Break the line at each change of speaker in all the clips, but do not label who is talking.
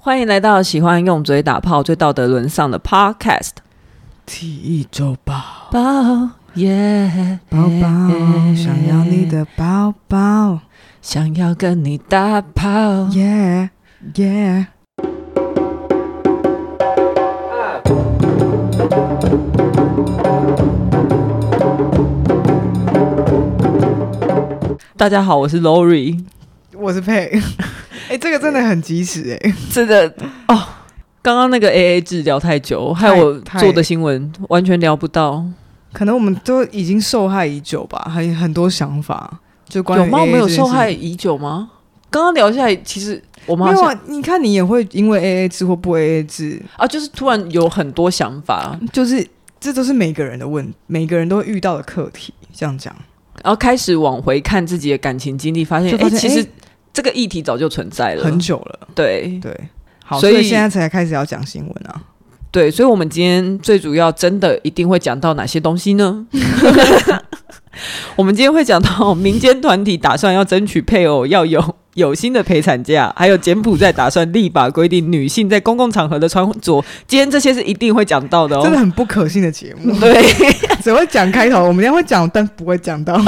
欢迎来到喜欢用嘴打炮、最道德沦丧的 Podcast。
体一周报，
抱耶，
包包，想要你，的包包，
想要跟你打炮。
耶耶！
大家好，我是 Lori。
我是佩， 哎，这个真的很及时哎，
真的哦，刚刚那个 AA 制聊太久，害我
太
做的新闻完全聊不到。
可能我们都已经受害已久吧，还有很多想法，就关于
有吗？我
AA
们有
这件
受
事
害已久吗？刚刚聊下来，其实我们
没
好
有
像
啊？你看你也会因为 AA 制或不 AA 制，
啊，就是突然有很多想法，
就是这都是每个人的问，每个人都会遇到的课题。这样讲，
然后开始往回看自己的感情经历，发现
就
哎、
发现
其实
诶
这个议题早就存在了，
很久了，
对
对。好，
所
所
以
以现在才开始要讲新闻啊！
对，所以，我们今天最主要真的一定会讲到哪些东西 呢？我们今天会讲到民间团体打算要争取配偶要有有薪的陪产假，还有柬埔寨打算立法规定女性在公共场合的穿着。今天这些是一定会讲到的
真的
哦。
很不可信的节目，
对，
只会讲开头，我们今天会讲，但不会 讲到。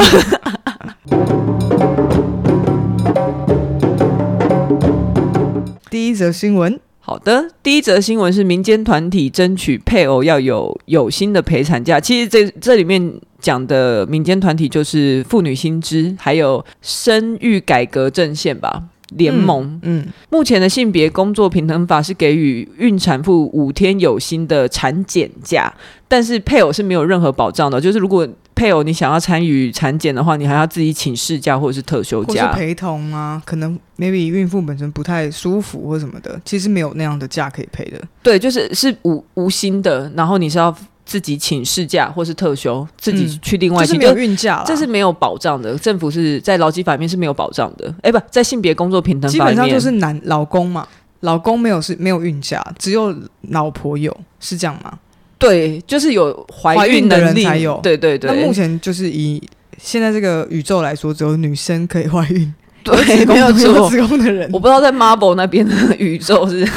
第一则新闻，
好的，第一则新闻是民间团体争取配偶要有有薪的陪产假。其实这这里面讲的民间团体就是妇女新知，还有生育改革阵线吧联盟。
嗯，
目前的性别工作平衡法是给予孕产妇五天有薪的产检假，但是配偶是没有任何保障的。就是如果配偶你想要参与产检的话，你还要自己请事假或者是特休
或是
假。
陪同啊，可能 maybe 孕妇本身不太舒服或什么的，其实没有那样的假可以陪的。
对，就是是无无薪的，然后你是要自己请事假或是特休，自己
嗯
去另外
就是
请。
没有孕假啦，
这是没有保障的，政府是在劳基法里面是没有保障的。哎，不在性别工作平衡
基
法
本
里
上
面，
就是男老公嘛，老公没有是没有孕假，只有老婆有，是这样吗？
对，就是有怀
怀
孕
孕的
能
人
力
才有
对对对，
那目前就是以现在这个宇宙来说，只有女生可以怀孕，
对
有子宫
没有错
有子宫的人
我不知道在 Marvel 那边的宇宙是。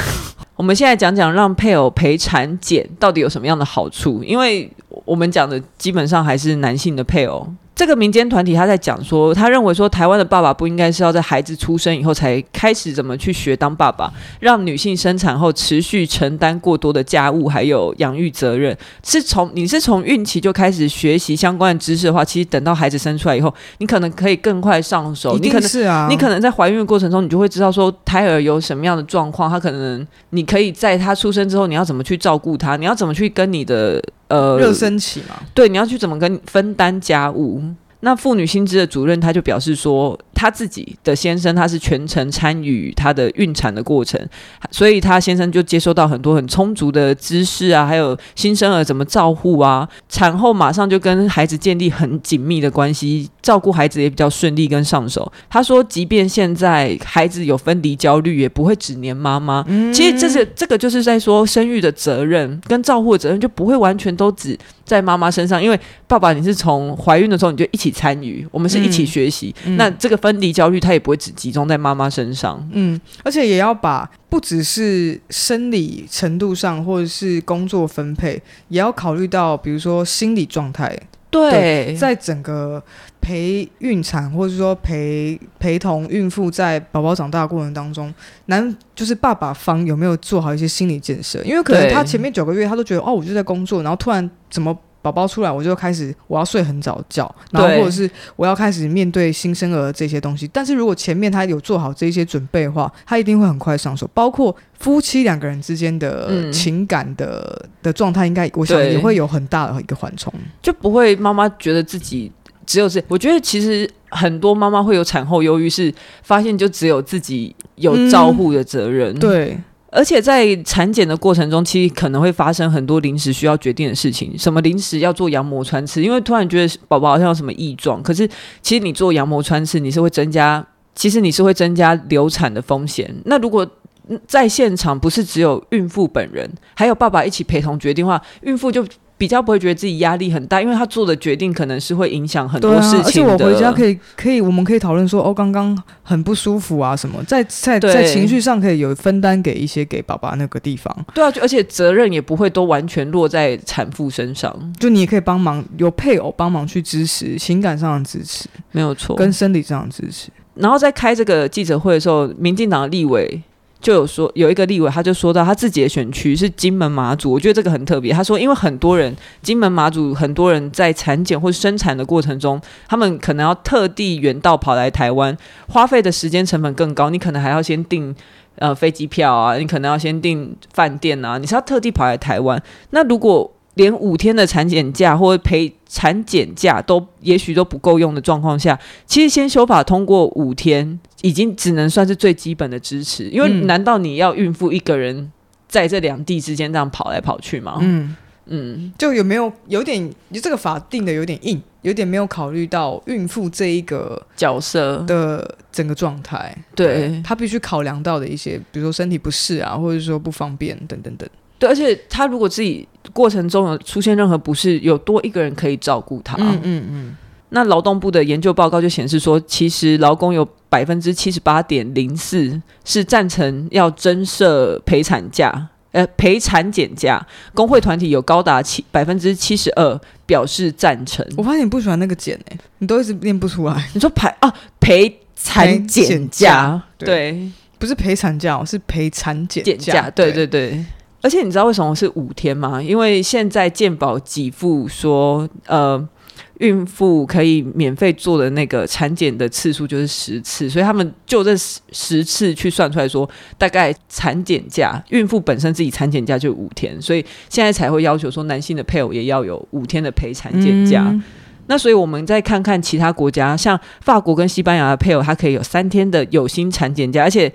我们现在讲讲让配偶陪产检到底有什么样的好处，因为我们讲的基本上还是男性的配偶。这个民间团体他在讲说，他认为说台湾的爸爸不应该是要在孩子出生以后才开始怎么去学当爸爸，让女性生产后持续承担过多的家务还有养育责任，是从你是从孕期就开始学习相关的知识的话，其实等到孩子生出来以后，你可能可以更快上手，
一
你可
定
能
是啊，
你可能在怀孕的过程中，你就会知道说胎儿有什么样的状况，他可能你可以在他出生之后，你要怎么去照顾他，你要怎么去跟你的呃
热身期嘛，
对，你要去怎么跟分担家务。那妇女新知的主任他就表示说，他自己的先生他是全程参与他的孕产的过程，所以他先生就接收到很多很充足的知识啊，还有新生儿怎么照护啊，产后马上就跟孩子建立很紧密的关系，照顾孩子也比较顺利跟上手。他说，即便现在孩子有分离焦虑，也不会只黏妈妈，
嗯
其实这是这个就是在说生育的责任跟照护的责任就不会完全都只在妈妈身上，因为爸爸你是从怀孕的时候你就一起参与，我们是一起
嗯
学习，
嗯
那这个分离焦虑它也不会只集中在妈妈身上。
嗯，而且也要把不只是生理程度上或者是工作分配，也要考虑到比如说心理状态，
对，
在整个陪孕产或者说陪陪同孕妇在宝宝长大的过程当中，男就是爸爸方有没有做好一些心理建设？因为可能
对
他前面九个月他都觉得哦，我就在工作，然后突然怎么？宝宝出来，我就开始我要睡很早觉，然后
对
或者是我要开始面对新生儿这些东西。但是如果前面他有做好这些准备的话，他一定会很快上手。包括夫妻两个人之间的
嗯
情感的、的状态，应该我想
对嗯
也会有很大的一个缓冲。
就不会妈妈觉得自己只有自，我觉得其实很多妈妈会有产后忧郁，是发现就只有自己有照护的责任。。
对，
而且在产检的过程中，其实可能会发生很多临时需要决定的事情，什么临时要做羊膜穿刺，因为突然觉得宝宝好像有什么异状，可是其实你做羊膜穿刺，你是会增加，其实你是会增加流产的风险。那如果嗯在现场不是只有孕妇本人，还有爸爸一起陪同决定的话，孕妇就比较不会觉得自己压力很大，因为他做的决定可能是会影响很
对
多
啊
事，
而且
情
我
的。
回家可以可以，我们可以讨论说，哦，刚刚很不舒服啊，什么，在在
对
在情绪上可以有分担给一些给爸爸那个地方，
对啊，就而且责任也不会都完全落在产妇身上，
就你也可以帮忙，有配偶帮忙去支持，情感上的支持
没有错。
跟生理上的支持，
然后在开这个记者会的时候，民进党的立委就有说，有一个立委他就说到他自己的选区是金门马祖，我觉得这个很特别。他说，因为很多人金门马祖很多人在产检或生产的过程中，他们可能要特地远道跑来台湾，花费的时间成本更高，你可能还要先订。呃，飞机票啊，你可能要先订饭店啊，你是要特地跑来台湾。啊那如果连五天的产检假或陪产检假都也许都不够用的状况下，其实先修法通过五天，已经只能算是最基本的支持，因为
嗯
难道你要孕妇一个人在这两地之间这样跑来跑去吗？嗯
嗯，就有没有有点，这个法定的有点硬，有点没有考虑到孕妇这一个
角色
的整个状态，
对
他必须考量到的一些，比如说身体不适啊，或者说不方便等等等。
对，而且他如果自己过程中有出现任何不适，有多一个人可以照顾他。
嗯嗯，
那劳动部的研究报告就显示说，其实劳工有百分之七十八点零四是赞成要增设陪产假，呃，陪产检假。工会团体有高达七百分之七十二表示赞成。
我发现你不喜欢那个茧哎、你都一直念不出来，
你说排啊陪产检假，
陪产假
对
不是陪产假哦，是陪产检
检
假。
假，对对对。而且你知道为什么是五天吗？因为现在健保给付说，呃，孕妇可以免费做的那个产检的次数就是十次，所以他们就这十十次去算出来说，大概产检假，孕妇本身自己产检假就五天，所以现在才会要求说，男性的配偶也要有五天的陪产检假。
嗯
那所以我们再看看其他国家，像法国跟西班牙的配偶，他可以有三天的有薪产检假，而且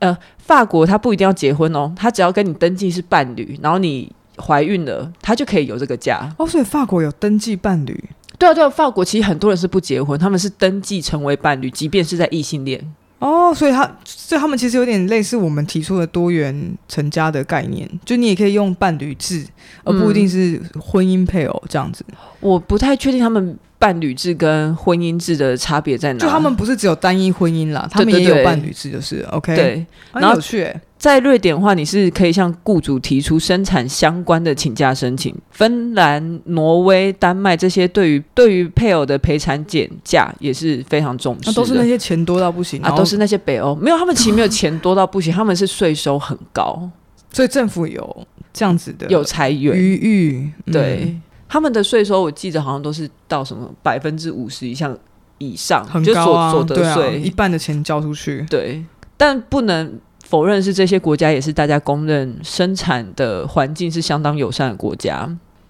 呃，法国他不一定要结婚哦，他只要跟你登记是伴侣，然后你。怀孕了，他就可以有这个假。
哦，所以法国有登记伴侣，
对啊，对啊，法国其实很多人是不结婚，他们是登记成为伴侣，即便是在异性恋。
哦，所以他所以他们其实有点类似我们提出的多元成家的概念，就你也可以用伴侣制，而不一定是婚姻配偶这样子。
我不太确定他们伴侣制跟婚姻制的差别在哪。
就他们不是只有单一婚姻啦，他们
对对
也有
对
伴侣制，就是了 OK。，
对，
很
然后
有趣、欸。
在瑞典的话，你是可以向雇主提出生产相关的请假申请。芬兰、挪威、丹麦这些对于对于配偶的陪产检假也是非常重视的。
那哦都是那些哦钱多到不行，
啊，
然后
都是那些北欧没有，他们其实没有钱多到不行，他们是税收很高，
所以政府有这样子的
有裁员。
余裕，嗯
对、，他们的税收，我记得好像都是到什么百分之五十以上以上，
很
就
高啊，
所所
对
得
啊，
税、
一半的钱交出去，
对，但不能否认是这些国家也是大家公认生产的环境是相当友善的国家。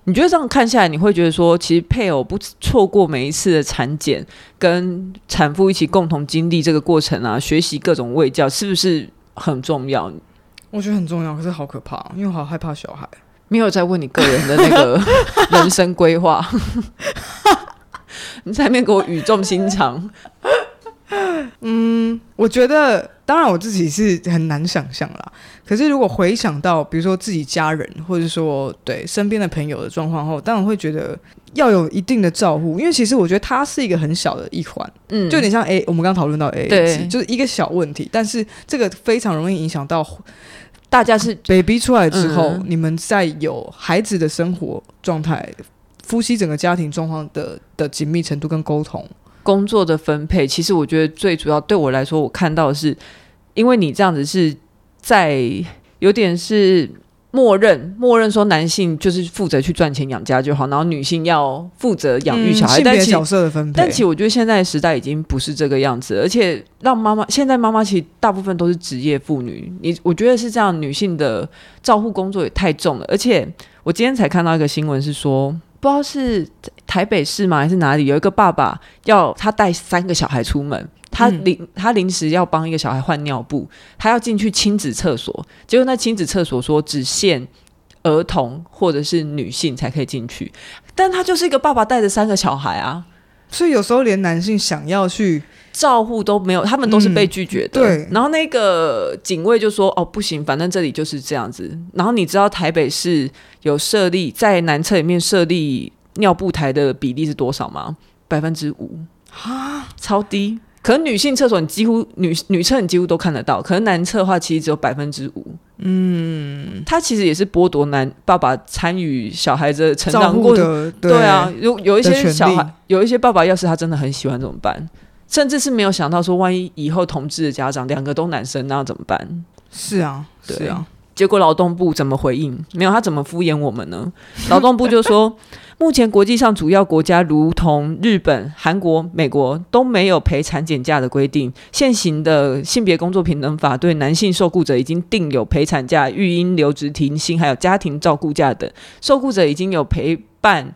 你觉得这样看下来，你会觉得说，其实配偶不错过每一次的产检，跟产妇一起共同经历这个过程啊，学习各种卫教，是不是很重要？
我觉得很重要，可是好可怕，因为我好害怕小孩。
没有在问你个人的那个人生规划， 你在那边给我语重心长。
我觉得，当然我自己是很难想象啦。可是如果回想到，比如说自己家人，或者说对身边的朋友的状况后，当然会觉得要有一定的照顾，因为其实我觉得它是一个很小的一环，
嗯，
就有点像 A，我们刚刚讨论到 A，
对
就是一个小问题，但是这个非常容易影响到
大家是
baby 出来之后，
嗯
你们在有孩子的生活状态、夫妻整个家庭状况的的紧密程度跟沟通，
工作的分配，其实我觉得最主要对我来说，我看到的是，因为你这样子是在有点是默认默认说男性就是负责去赚钱养家就好，然后女性要负责养育小孩，
嗯性
但
别
其
角色的分配，
但其实我觉得现在的时代已经不是这个样子，而且让妈妈现在妈妈其实大部分都是职业妇女，你我觉得是这样，女性的照护工作也太重了。而且我今天才看到一个新闻是说，不知道是台北市吗还是哪里，有一个爸爸要他带三个小孩出门。他
嗯
临他临时要帮一个小孩换尿布，他要进去亲子厕所，结果那亲子厕所说只限儿童或者是女性才可以进去，但他就是一个爸爸带着三个小孩啊，
所以有时候连男性想要去，
照护都没有，他们都是被拒绝的。
嗯对
然后那个警卫就说：“哦，不行，反正这里就是这样子。”然后你知道台北市有设立在男厕里面设立尿布台的比例是多少吗？百分之五啊，超低。可能女性厕所你几乎女女厕你几乎都看得到，可能男厕的话其实只有百分之五。嗯，他其实也是剥夺男爸爸参与小孩子的成
照
长
顾
过程
的，
对啊，，有有一
的
些
权
小
利
孩，有一些爸爸，要是他真的很喜欢怎么办？甚至是没有想到说，万一以后同志的家长两个都男生，那要怎么办？
是啊，
对
是啊，
结果劳动部怎么回应？没有，他怎么敷衍我们呢？ 劳动部就说，目前国际上主要国家如同日本、韩国、美国都没有陪产检假的规定。现行的性别工作平等法对男性受雇者已经定有陪产假、育婴留职停薪，还有家庭照顾假等。受雇者已经有陪伴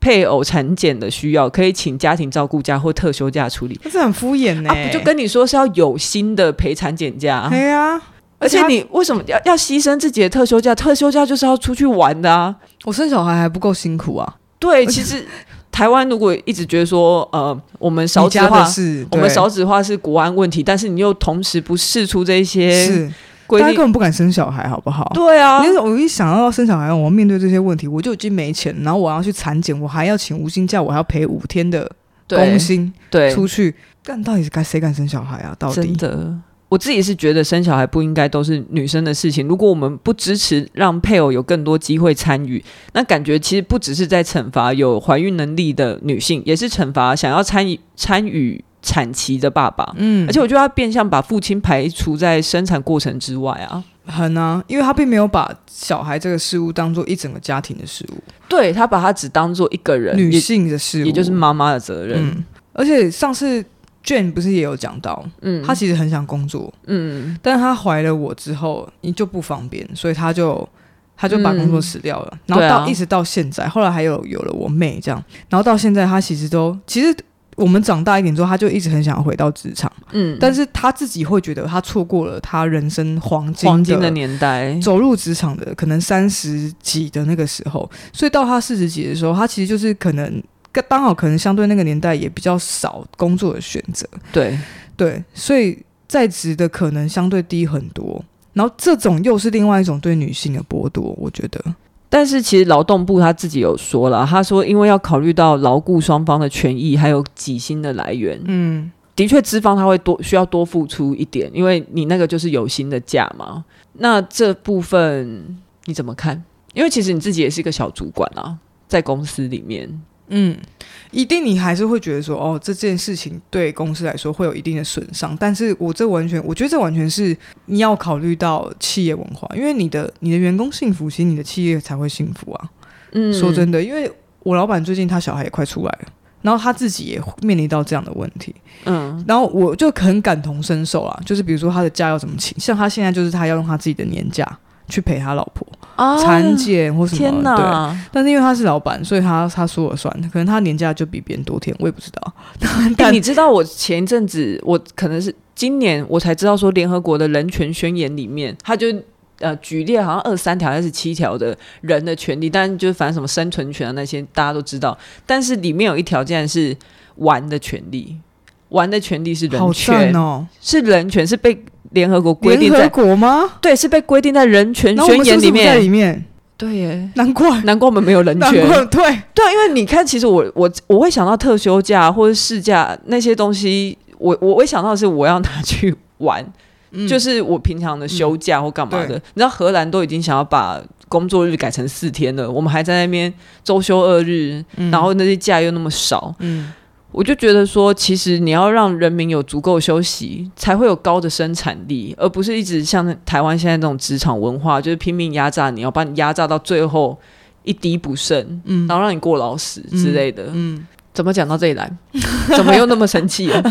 配偶产检的需要，可以请家庭照顾假或特休假处理。
但是很敷衍呢、
啊，不就跟你说是要有薪的陪产检假、 啊？
对啊，
而且
他
你为什么要要牺牲自己的特休假？特休假就是要出去玩的啊！
我生小孩还不够辛苦啊，
对，其实 台湾如果一直觉得说，呃，我们少
你
子
家的
化，
是
我们
对
少子化是国安问题，但是你又同时不试出这些
是，大
规
家根
定，
本不敢生小孩，好不好？
对啊
因，为我一想到生小孩，我要面对这些问题，我就已经没钱，然后我要去产检，我还要请无薪假，我还要赔五天的
对
工薪
对，
出去，但到底是该谁敢生小孩啊？到
真
底
的。我自己是觉得生小孩不应该都是女生的事情。如果我们不支持让配偶有更多机会参与，那感觉其实不只是在惩罚有怀孕能力的女性，也是惩罚想要参与参与产期的爸爸。
嗯
而且我觉得他变相把父亲排除在生产过程之外啊。
很啊，因为他并没有把小孩这个事物当做一整个家庭的事物，
对他把他只当做一个人，
女
也
性的事物，
也就是妈妈的责任。
嗯。而且上次 Jane 不是也有讲到，
嗯，
她其实很想工作，
嗯
但是她怀了我之后，你就不方便，所以她就她就把工作辞掉了。然后
对啊
到、一直到现在，后来还有有了我妹这样，然后到现在她其实都其实。我们长大一点之后，她就一直很想要回到职场，
嗯，
但是她自己会觉得她错过了她人生黄金
黄金的年代，
走入职场的，可能三十几的那个时候，所以到他四十几的时候，他其实就是可能刚好可能相对那个年代也比较少工作的选择，
对
对，所以在职的可能相对低很多。然后这种又是另外一种对女性的剥夺，我觉得
但是其实劳动部他自己有说了，他说因为要考虑到劳雇双方的权益，还有给薪的来源，
嗯，
的确资方他会多需要多付出一点，因为你那个就是有薪的假嘛。那这部分你怎么看？因为其实你自己也是一个小主管啊，在公司里面，
嗯，一定你还是会觉得说，哦，这件事情对公司来说会有一定的损伤，但是我这完全，我觉得这完全是你要考虑到企业文化，因为你的你的员工幸福，其实你的企业才会幸福啊。
嗯
说
的。
真的，因为我老板最近他小孩也快出来了。然后他自己也面临到这样的问题，
嗯
然后我就很感同身受啊，就是比如说他的假要怎么请，像他现在就是他要用他自己的年假去陪他老婆、
啊
产检或什么，
天
对，
哪！
但是因为他是老板，所以他他说了算，可能他年假就比别人多天，我也不知道。
哎、
但
你知道我前一阵子，我可能是今年我才知道说，联合国的人权宣言里面，他就呃举例好像二三条还是七条的人的权利，但就是反正什么生存权啊那些大家都知道，但是里面有一条竟然是玩的权利，玩的权利是人
好
权，
赞哦，
是人权是被联合国规定
联合
在
国吗？
对，是被规定在人权
然后我
宣言
们是不是
里
不在
面，
里面？
对耶。
难怪，
难怪我们没有人
难
权，
怪，对，
对啊，因为你看，其实我我我会想到特休假或者事假那些东西，我我会想到的是我要拿去玩，
嗯
就是我平常的休假或干嘛的。
对
你知道荷兰都已经想要把工作日改成四天了，我们还在那边周休二日，
嗯
然后那些假又那么少，
嗯，
我就觉得说，其实你要让人民有足够休息，才会有高的生产力，而不是一直像台湾现在这种职场文化，就是拼命压榨你，要把你压榨到最后一滴不剩，
嗯
然后让你过劳死之类的。
嗯，
怎么讲到这里来？怎么又那么生气啊？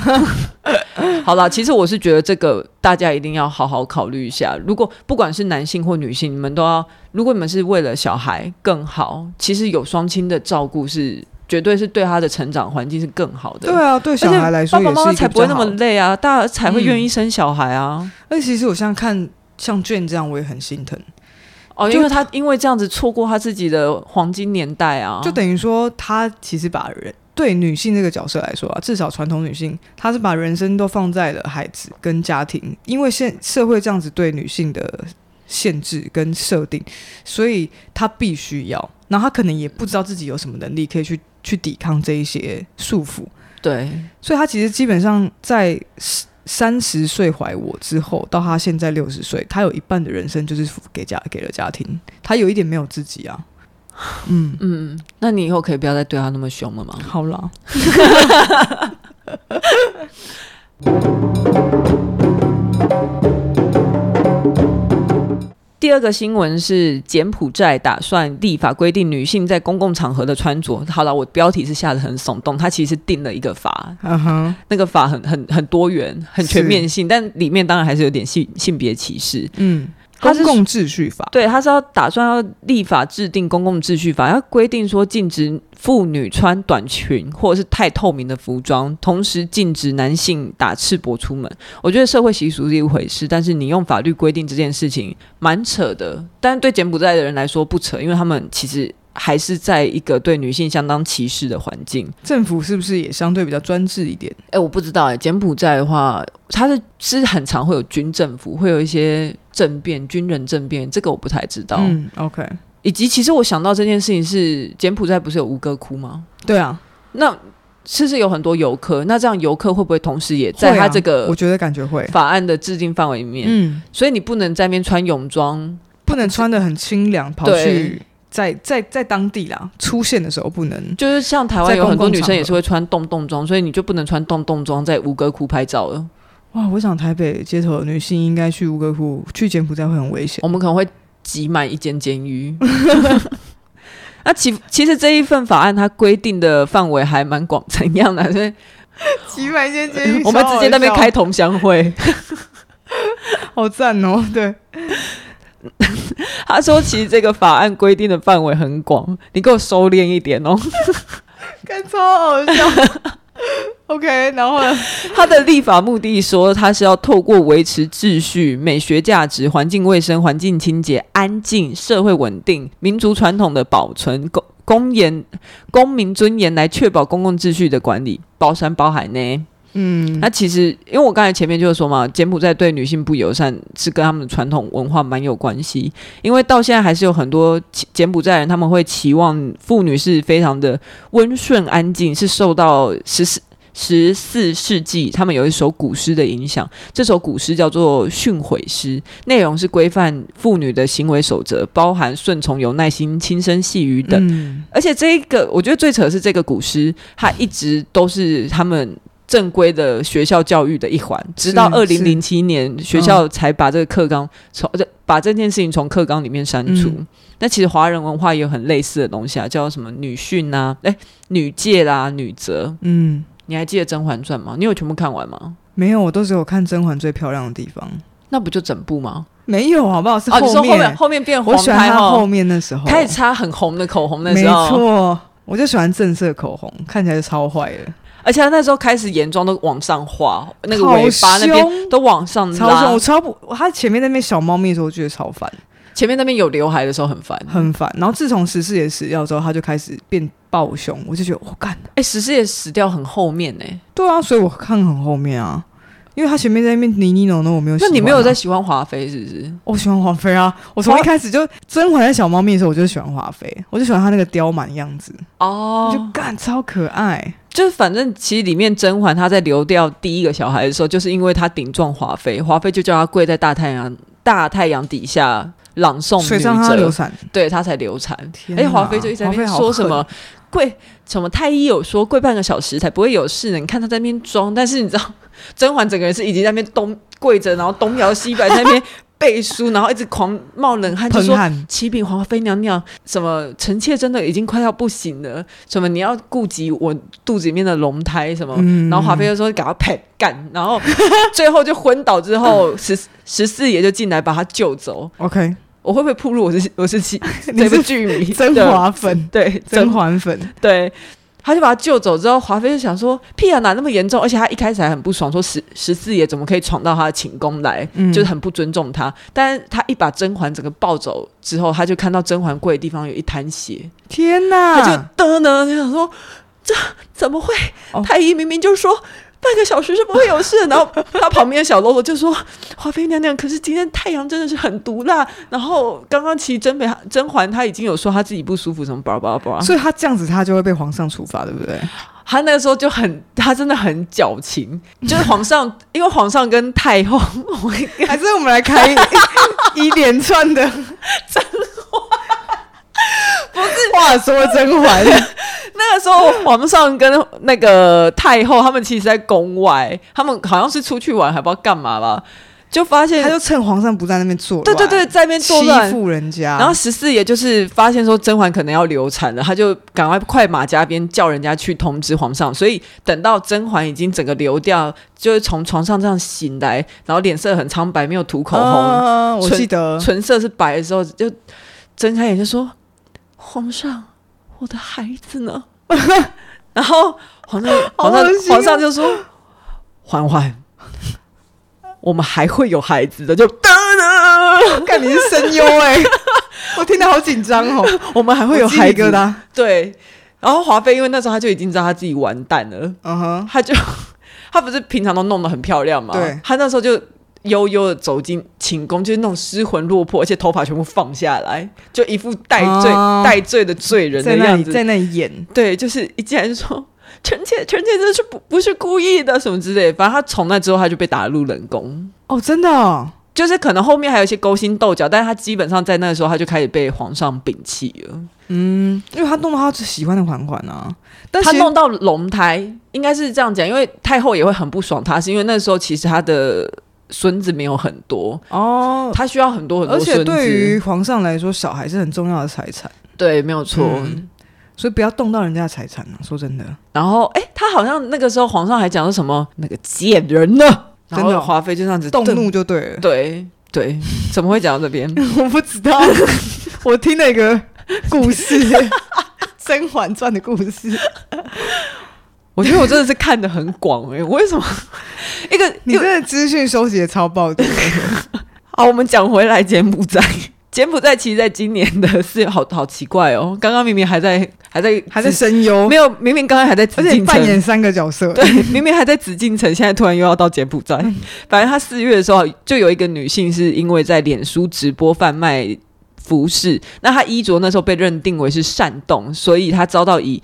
好啦，其实我是觉得这个大家一定要好好考虑一下。如果不管是男性或女性，你们都要，如果你们是为了小孩更好，其实有双亲的照顾是绝对是对他的成长环境是更好的。
对啊，对小
而且
孩来说也
爸
是
爸妈妈才不会那么
累。
累啊，大家才会愿
嗯
意生小孩啊。
而且其实我现在看像卷这样，我也很心疼，
哦，
就
因为他因为这样子错过他自己的黄金年代啊，
就等于说他其实把人对女性这个角色来说啊，至少传统女性，她是把人生都放在了孩子跟家庭，因为现社会这样子对女性的限制跟设定，所以她必须要，然后她可能也不知道自己有什么能力可以去去抵抗这一些束缚，
对，
所以她其实基本上在三十岁怀我之后，到她现在六十岁，她有一半的人生就是给家给了家庭，她有一点没有自己 啊，嗯，
嗯，那你以后可以不要再对他那么凶了吗？
好啦。
第二个新闻是柬埔寨打算立法规定女性在公共场合的穿着。好了，我标题是下的很耸动，它其实定了一个法，
嗯哼，
那个法很很很多元、很全面性，但里面当然还是有点性性别歧视。
嗯，
它
公
是
共秩序法，
对，他是要打算要立法制定公共秩序法，要规定说禁止妇女穿短裙或者是太透明的服装，同时禁止男性打赤膊出门。我觉得社会习俗是一回事，但是你用法律规定这件事情蛮扯的，但是对柬埔寨的人来说不扯，因为他们其实。还是在一个对女性相当歧视的环境。
政府是不是也相对比较专制一点？
哎、我不知道哎、柬埔寨的话，它是是很常会有军政府，会有一些政变、军人政变，这个我不太知道。
嗯，OK，
以及其实我想到这件事情是柬埔寨不是有吴哥窟吗？
对啊，
那是不是有很多游客？那这样游客会不会同时也在
会
他
啊
这个
我觉得感觉会，
法案的制定范围里面？
嗯，
所以你不能在那边穿泳装，
不能穿的很清凉，跑
对
去在在在当地啦，出现的时候不能。
就是像台湾有
在公共
很多女生
场合
也是会穿洞洞装，所以你就不能穿洞洞装在吴哥窟拍照了。
哇，我想台北街头的女性应该去吴哥窟、去柬埔寨会很危险。
我们可能会挤满一间监狱。 那其其实这一份法案它规定的范围还蛮广，怎样的？所以
集满间监狱
我们直接在那
啊
边开，同乡会。
好赞哦！对，
他说：“其实这个法案规定的范围很广，你给我收敛一点哦。
看超好笑。OK，然后呢？
他的立法目的说，他是要透过维持秩序、美学价值、环境卫生、环境清洁、安静、社会稳定、民族传统的保存、公公严公民尊严来确保公共秩序的管理，包山包海呢。
嗯，
那其实，因为我刚才前面就是说嘛，柬埔寨对女性不友善是跟他们的传统文化蛮有关系。因为到现在还是有很多其柬埔寨人，他们会期望妇女是非常的温顺安静，是受到十四十四世纪他们有一首古诗的影响。这首古诗叫做《训诲诗》，内容是规范妇女的行为守则，包含顺从、有耐心、轻声细语等。
嗯
而且这一个，我觉得最扯的是这个古诗，它一直都是他们正规的学校教育的一环，直到二
是
零零七年学校才把这个课纲从呃这、把这件事情从课纲里面删除。
嗯
那其实华人文化也有很类似的东西啊，叫什么女训啊，哎、女戒啦、女责。
嗯，
你还记得《甄嬛传》吗？你有全部看完吗？
没有，我都只有看甄嬛最漂亮的地方。
那不就整部吗？
没有，好不好？是
啊，你说后
面
面后面变
我
黄
喜欢
胎
他后
后，
面那时候，
开始擦很红的口红那
没
时候，
错，我就喜欢正色口红，看起来就超坏的，
而且他那时候开始眼妆都往上画，那个尾巴
好
那
凶
边都往上
超凶。
拉
我。超不，他前面那边小猫咪的时候，我觉得超烦，
前面那边有刘海的时候很烦。
很烦。然后自从十四爷死掉之后，他就开始变暴凶，我就觉得我干、
哎、十四也死掉很后面呢、
对啊，所以我看很后面啊，因为他前面在那边泥泥弄弄，我没有喜
那
欢啊、
你没有在喜欢华妃是不是？
我喜欢华妃啊，我从一开始就甄嬛在小猫咪的时候，我就喜欢华妃，我就喜欢她那个刁蛮样子，我就
哦，
干超可爱。
就是反正其实里面甄嬛她在流掉第一个小孩的时候，就是因为她顶撞华妃，华妃就叫她跪在大太阳大太阳底下朗诵
水
女
上她流
折，
产，
对她才流产。
天
而且哎华
哪
妃就一直在那
华妃
边
好
说什
狠
么跪什么太医有说跪半个小时才不会有事呢，你看她在那边装，但是你知道甄嬛整个人是已经在那边东跪着，然后东摇西摆在 那边背书，然后一直狂冒冷汗，就
喷
说。
汗，
启禀华妃娘娘，什么臣妾真的已经快要不行了，什么你要顾及我肚子里面的龙胎什么，
嗯
然后华妃就说赶快拍干，然后最后就昏倒之 后，十十四爷就进来把她救走。
OK，
我会不会铺路？我是我是七
你
这部
是
剧迷
甄
的
嬛粉，
对，
甄
嬛
嬛粉，
对，他就把他救走之后，华妃就想说，屁啊，哪那么严重？而且他一开始还很不爽，说十十四爷怎么可以闯到他的寝宫来，
嗯
就是很不尊重他。但是他一把甄嬛整个抱走之后，他就看到甄嬛跪的地方有一滩血，
天哪！
他就嘚呢，就想说。怎么会
哦？
太医明明就说半个小时是不会有事的，然后他旁边的小喽啰就说：“华妃娘娘，可是今天太阳真的是很毒辣。”然后刚刚其实甄嬛甄嬛她已经有说她自己不舒服，什么叭叭叭。
所以他这样子，他就会被皇上处罚，对不对？
她那个时候就很，她真的很矫情，就是皇上，因为皇上跟太后， 我
还是我们来开一 连串的甄嬛？不是话说甄 嬛，
那个时候皇上跟那个太后他们其实在宫外，他们好像是出去玩，还不知道干嘛吧，就发现
他就趁皇上不在那边作乱，
对对对，，在那边作乱
欺。负啊人家，
然后十四爷就是发现说甄嬛可能要流产了，他就赶快快马加鞭叫人家去通知皇上。所以等到甄嬛已经整个流掉，就是从床上这样醒来，然后脸色很苍白，没有涂口红，
嗯我
唇
记得
唇色是白的时候，就睁开眼就说：“皇上，我的孩子呢？” 然后皇上
好
皇上
恶心哦
皇上就说：“嬛嬛，我们还会有孩子的。”就 噔噔。
看你是声优哎， 我听得好紧张哦，
我们 还会有
我鸡皮
孩子
疙瘩。
对，然后华妃因为那时候她就已经知道她自己完蛋了，
嗯哼，
她就 她不是平常都弄得很漂亮嘛，
对
她那时候就悠悠的走进寝宫，就是那种失魂落魄，而且头发全部放下来，就一副戴罪
哦
戴、罪的罪人
在
的
那
样
里
子
在。那里演，
对，就是一进来就说。臣妾，臣妾这是不不是故意的，什么之类的。反正她从那之后，她就被打入冷宫，
哦，真的哦，
就是可能后面还有一些勾心斗角，但是她基本上在那个时候，她就开始被皇上摒弃了。
嗯，因为他弄到他最喜欢的嬛嬛啊，但
他
其实
弄到龙台，应该是这样讲，因为太后也会很不爽他，是因为那时候其实他的孙子没有很多，
哦，
他需要很多很多
而且
孙
对于
子。
皇上来说，小孩是很重要的财产，
对，没有错。
嗯所以不要动到人家的财产啊，说真的，
然后，哎，他好像那个时候皇上还讲说什么那个贱人呢，然
真的
后
哦
华妃就这样子
动
瞪。
怒就 对了，
对对，怎么会讲到这边？
我不知道， 我听了一个故事， 《甄嬛传》的故事，
我觉得我真的是看的很广哎、我为什么 一个
你
一个
真的资讯收集的超爆 多，
好，我们讲回来柬埔寨。 柬埔寨其实在今年的四月，好好奇怪哦。刚刚明明还在还在
还在声优
没，有，明明刚才还在紫
哦而且
禁
扮演
城，
三个角色，
对，明明还在紫禁城，现在突然又要到柬埔寨。
嗯
反正他四月的时候，就有一个女性是因为在脸书直播贩卖服饰，那她衣着那时候被认定为是煽动，所以她遭到以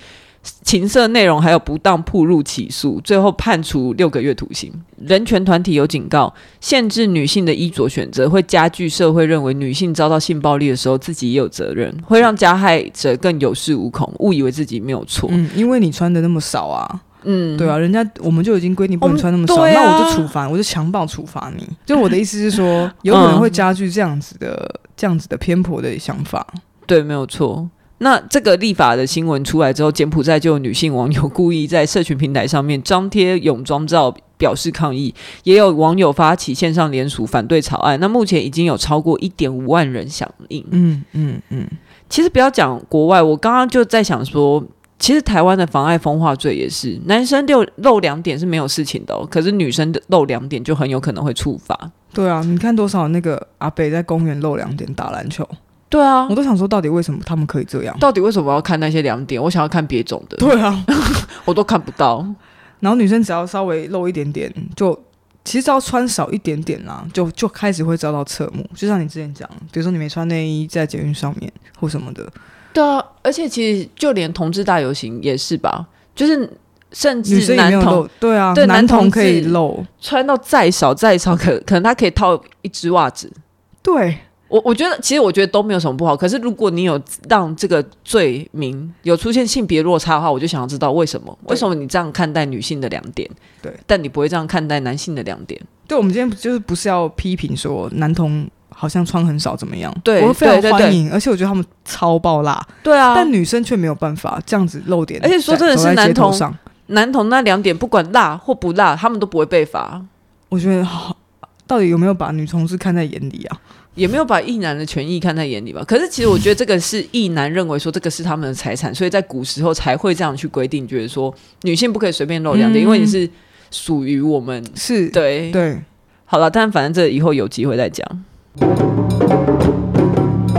情色内容还有不当铺路起诉，最后判处六个月徒刑。人权团体有警告，限制女性的衣着选择会加剧社会认为女性遭到性暴力的时候自己也有责任，会让加害者更有恃无恐，误以为自己没有错。
嗯，因为你穿的那么少啊，
嗯，
对啊，人家我们就已经规定不
我
能
们
穿那么少，
对啊
那我就处罚，我就强暴处罚 你。就我的意思是说，有可能会加剧这样子的、这样子的偏颇的想法。
对，没有错。那这个立法的新闻出来之后，柬埔寨就有女性网友故意在社群平台上面张贴泳装照表示抗议，也有网友发起线上联署反对草案。那目前已经有超过一点五万人响应。
嗯嗯嗯，
其实不要讲国外，我刚刚就在想说，其实台湾的妨碍风化罪也是，男生六露两点是没有事情的、哦，可是女生的露两点就很有可能会触发。
对啊，你看多少那个阿北在公园露两点打篮球，
对啊
我，都想说到底为什么他们可以这样？
到底为什么要看那些两点？我想要看别种的，
对啊，
我都看不到。
然后女生只要稍微露一点点，就其实只要穿少一点点啦、就就开始会遭到侧目。就像你之前讲，比如说你没穿内衣在捷运上面或什么的，
对啊，而且其实就连同志大游行也是吧，就是甚
女
至
生也没
男
有
同
露，对啊，
对
男
男同
同可以
志
露，
穿到再少再少，可可能他可以套一只袜子。
对。
我我觉得，其实我觉得都没有什么不好。可是如果你有让这个罪名有出现性别落差的话，我就想要知道为什么？
对
为什么你这样看待女性的两点？
对，
但你不会这样看待男性的两点？
对，我们今天就是不是要批评说男童好像穿很少怎么样？
对
我非常
对对
欢迎，而且我觉得他们超爆辣，
对啊
但女生却没有办法这样子露点在，
而且说真的
走
是
在街
男童
头上，
男同那两点不管辣或不辣，他们都不会被罚，
我觉得好。到底有没有把女同志看在眼里啊？
也没有把异男的权益看在眼里吧。可是其实我觉得这个是异男认为说这个是他们的财产，所以在古时候才会这样去规定，觉得说女性不可以随便露两点，
嗯
因为你是属于我们。
是，
对，
对，
好了，但反正这以后有机会再讲。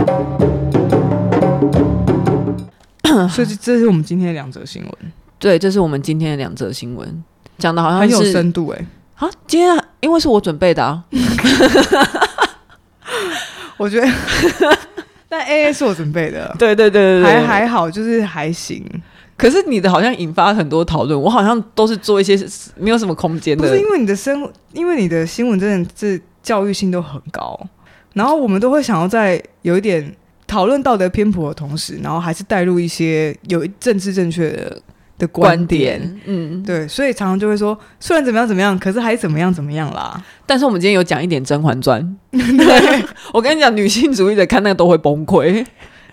所以这这是我们今天的两则新闻。
对，这是我们今天的两则新闻，讲的好像
很有
是
深度哎、
啊，今天啊因为是我准备的、啊，
我觉得。但 A A 是我准备的，
对对对对对，
还还好，就是还行。
可是你的好像引发很多讨论，我好像都是做一些没有什么空间
不
的。
是因为你的生，因为你的新闻真的是教育性都很高，然后我们都会想要在有一点讨论道德偏颇的同时，然后还是带入一些有政治正确的的观点。
嗯，
对，所以常常就会说，虽然怎么样怎么样，可是还怎么样怎么样啦。
但是我们今天有讲一点《甄嬛传》 对，我跟你讲，女性主义者看那个都会崩溃。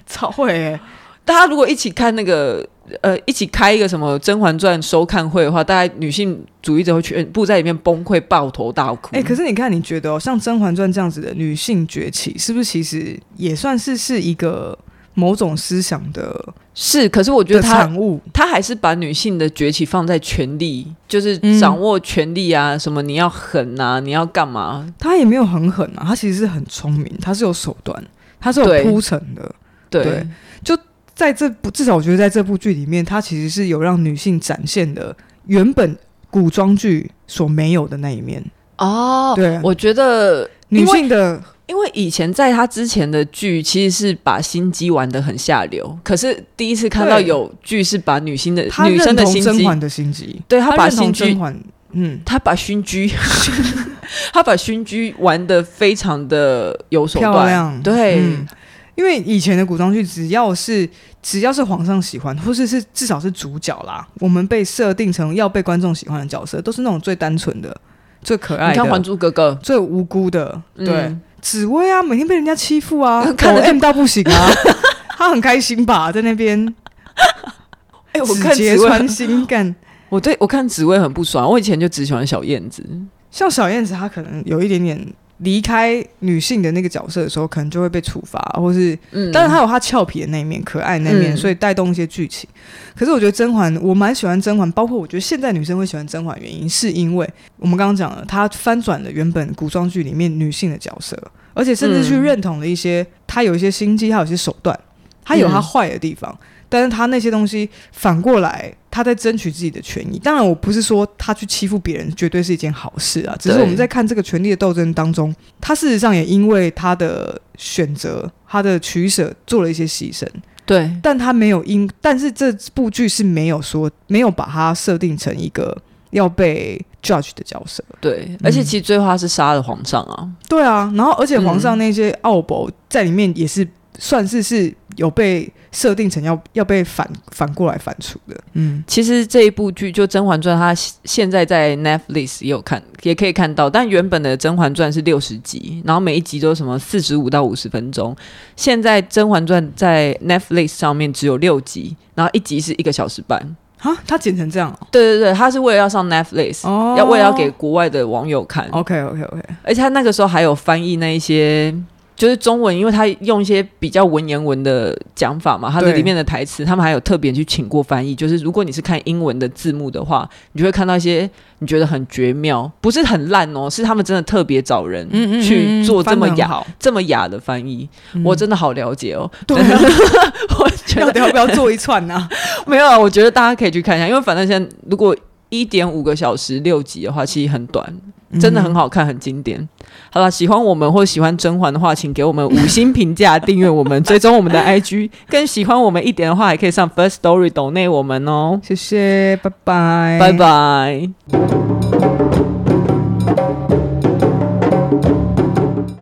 超会、欸，
大家如果一起看那个，呃，一起开一个什么《甄嬛传》收看会的话，大概女性主义者会全部在里面崩溃、抱头大哭。
哎、可是你看，你觉得哦，像《甄嬛传》这样子的女性崛起，是不是其实也算是是一个某种思想的
是，可是我觉
的
得他
产物？
他还是把女性的崛起放在权力，就是
嗯
掌握权力啊，什么你要狠啊，你要干嘛？
她也没有很狠啊，她其实是很聪明，她是有手段，她是有
对
铺陈的。
对，
对在这部至少我觉得在这部剧里面，她其实是有让女性展现的原本古装剧所没有的那一面。
哦，
对
我觉得
女
因为
性的
因为以前在他之前的剧，其实是把心机玩的很下流。可是第一次看到
对
有剧是把女性的
她
女生
认
的
同
心
甄
机，
嬛的心机，
对他
她
把
认同
心
甄
机，
嬛，嗯，
他把熏 居，他把熏居玩的非常的有手
漂
段。
亮，
对
嗯因为以前的古装剧，只要是只要是皇上喜欢，或是是至少是主角啦，我们被设定成要被观众喜欢的角色，都是那种最单纯的、最可爱
你看《还
的、
珠格格》
最无辜的。
嗯，，
对，紫薇啊，每天被人家欺负 啊
看
看
着
着
就
M 到不行啊， 她很开心吧，在那边
哎、我
指
看
节
紫薇，
穿心干。
我对我看紫薇很不爽。我以前就只喜欢小燕子，
像小燕子，她可能有一点点离开女性的那个角色的时候，可能就会被处罚，或是
嗯，
但是她有她俏皮的那一面、可爱的那一面，
嗯
所以带动一些剧情。可是我觉得甄嬛，我蛮喜欢甄嬛，包括我觉得现在女生会喜欢甄嬛，原因是因为我们刚刚讲了，她翻转了原本古装剧里面女性的角色，而且甚至去
嗯
认同了一些她有一些心机，她有一些手段，她有她
嗯
坏的地方，但是她那些东西反过来。她在争取自己的权益，当然我不是说她去欺负别人绝对是一件好事啊，只是
对
我们在看这个权力的斗争当中，她事实上也因为她的选择、她的取舍做了一些牺牲。
对，
但他没有因，但是这部剧是没有说没有把它设定成一个要被 judge 的角色。
对，而且其实醉花是杀了皇上啊，
对啊，然后而且皇上
嗯
那些奥博在里面也是算是是有被设定成要要被反反过来反刍的。嗯，
其实这一部剧就《甄嬛传》，它现在在 Netflix 也有看，也可以看到。但原本的《甄嬛传》是六十集，然后每一集都什么四十五到五十分钟。现在《甄嬛传》在 Netflix 上面只有六集，然后一集是一个小时半。
啊，他剪成这样
对对对，它是为了要上 Netflix，、
哦，
要为了要给国外的网友看。
OK OK OK，
而且他那个时候还有翻译那一些，就是中文，因为他用一些比较文言文的讲法嘛，他的
对
里面的台词，他们还有特别去请过翻译。就是如果你是看英文的字幕的话，你就会看到一些你觉得很绝妙，不是很烂哦，是他们真的特别找人
嗯
去做这么
翻得很
雅、
好，
这么雅的翻译，
嗯
我真的好了解哦。
对啊
我觉
到
得
底要不要做一串呢、啊？
没有啊，我觉得大家可以去看一下，因为反正现在如果一点五个小时六集的话，其实很短，真的很好看，很经典。好了，喜欢我们或喜欢甄嬛的话，请给我们五星评价、订阅我们、追踪我们的 IG。更喜欢我们一点的话，还可以上 First Story 抖内我们哦。
哎谢谢，拜拜，
拜。拜。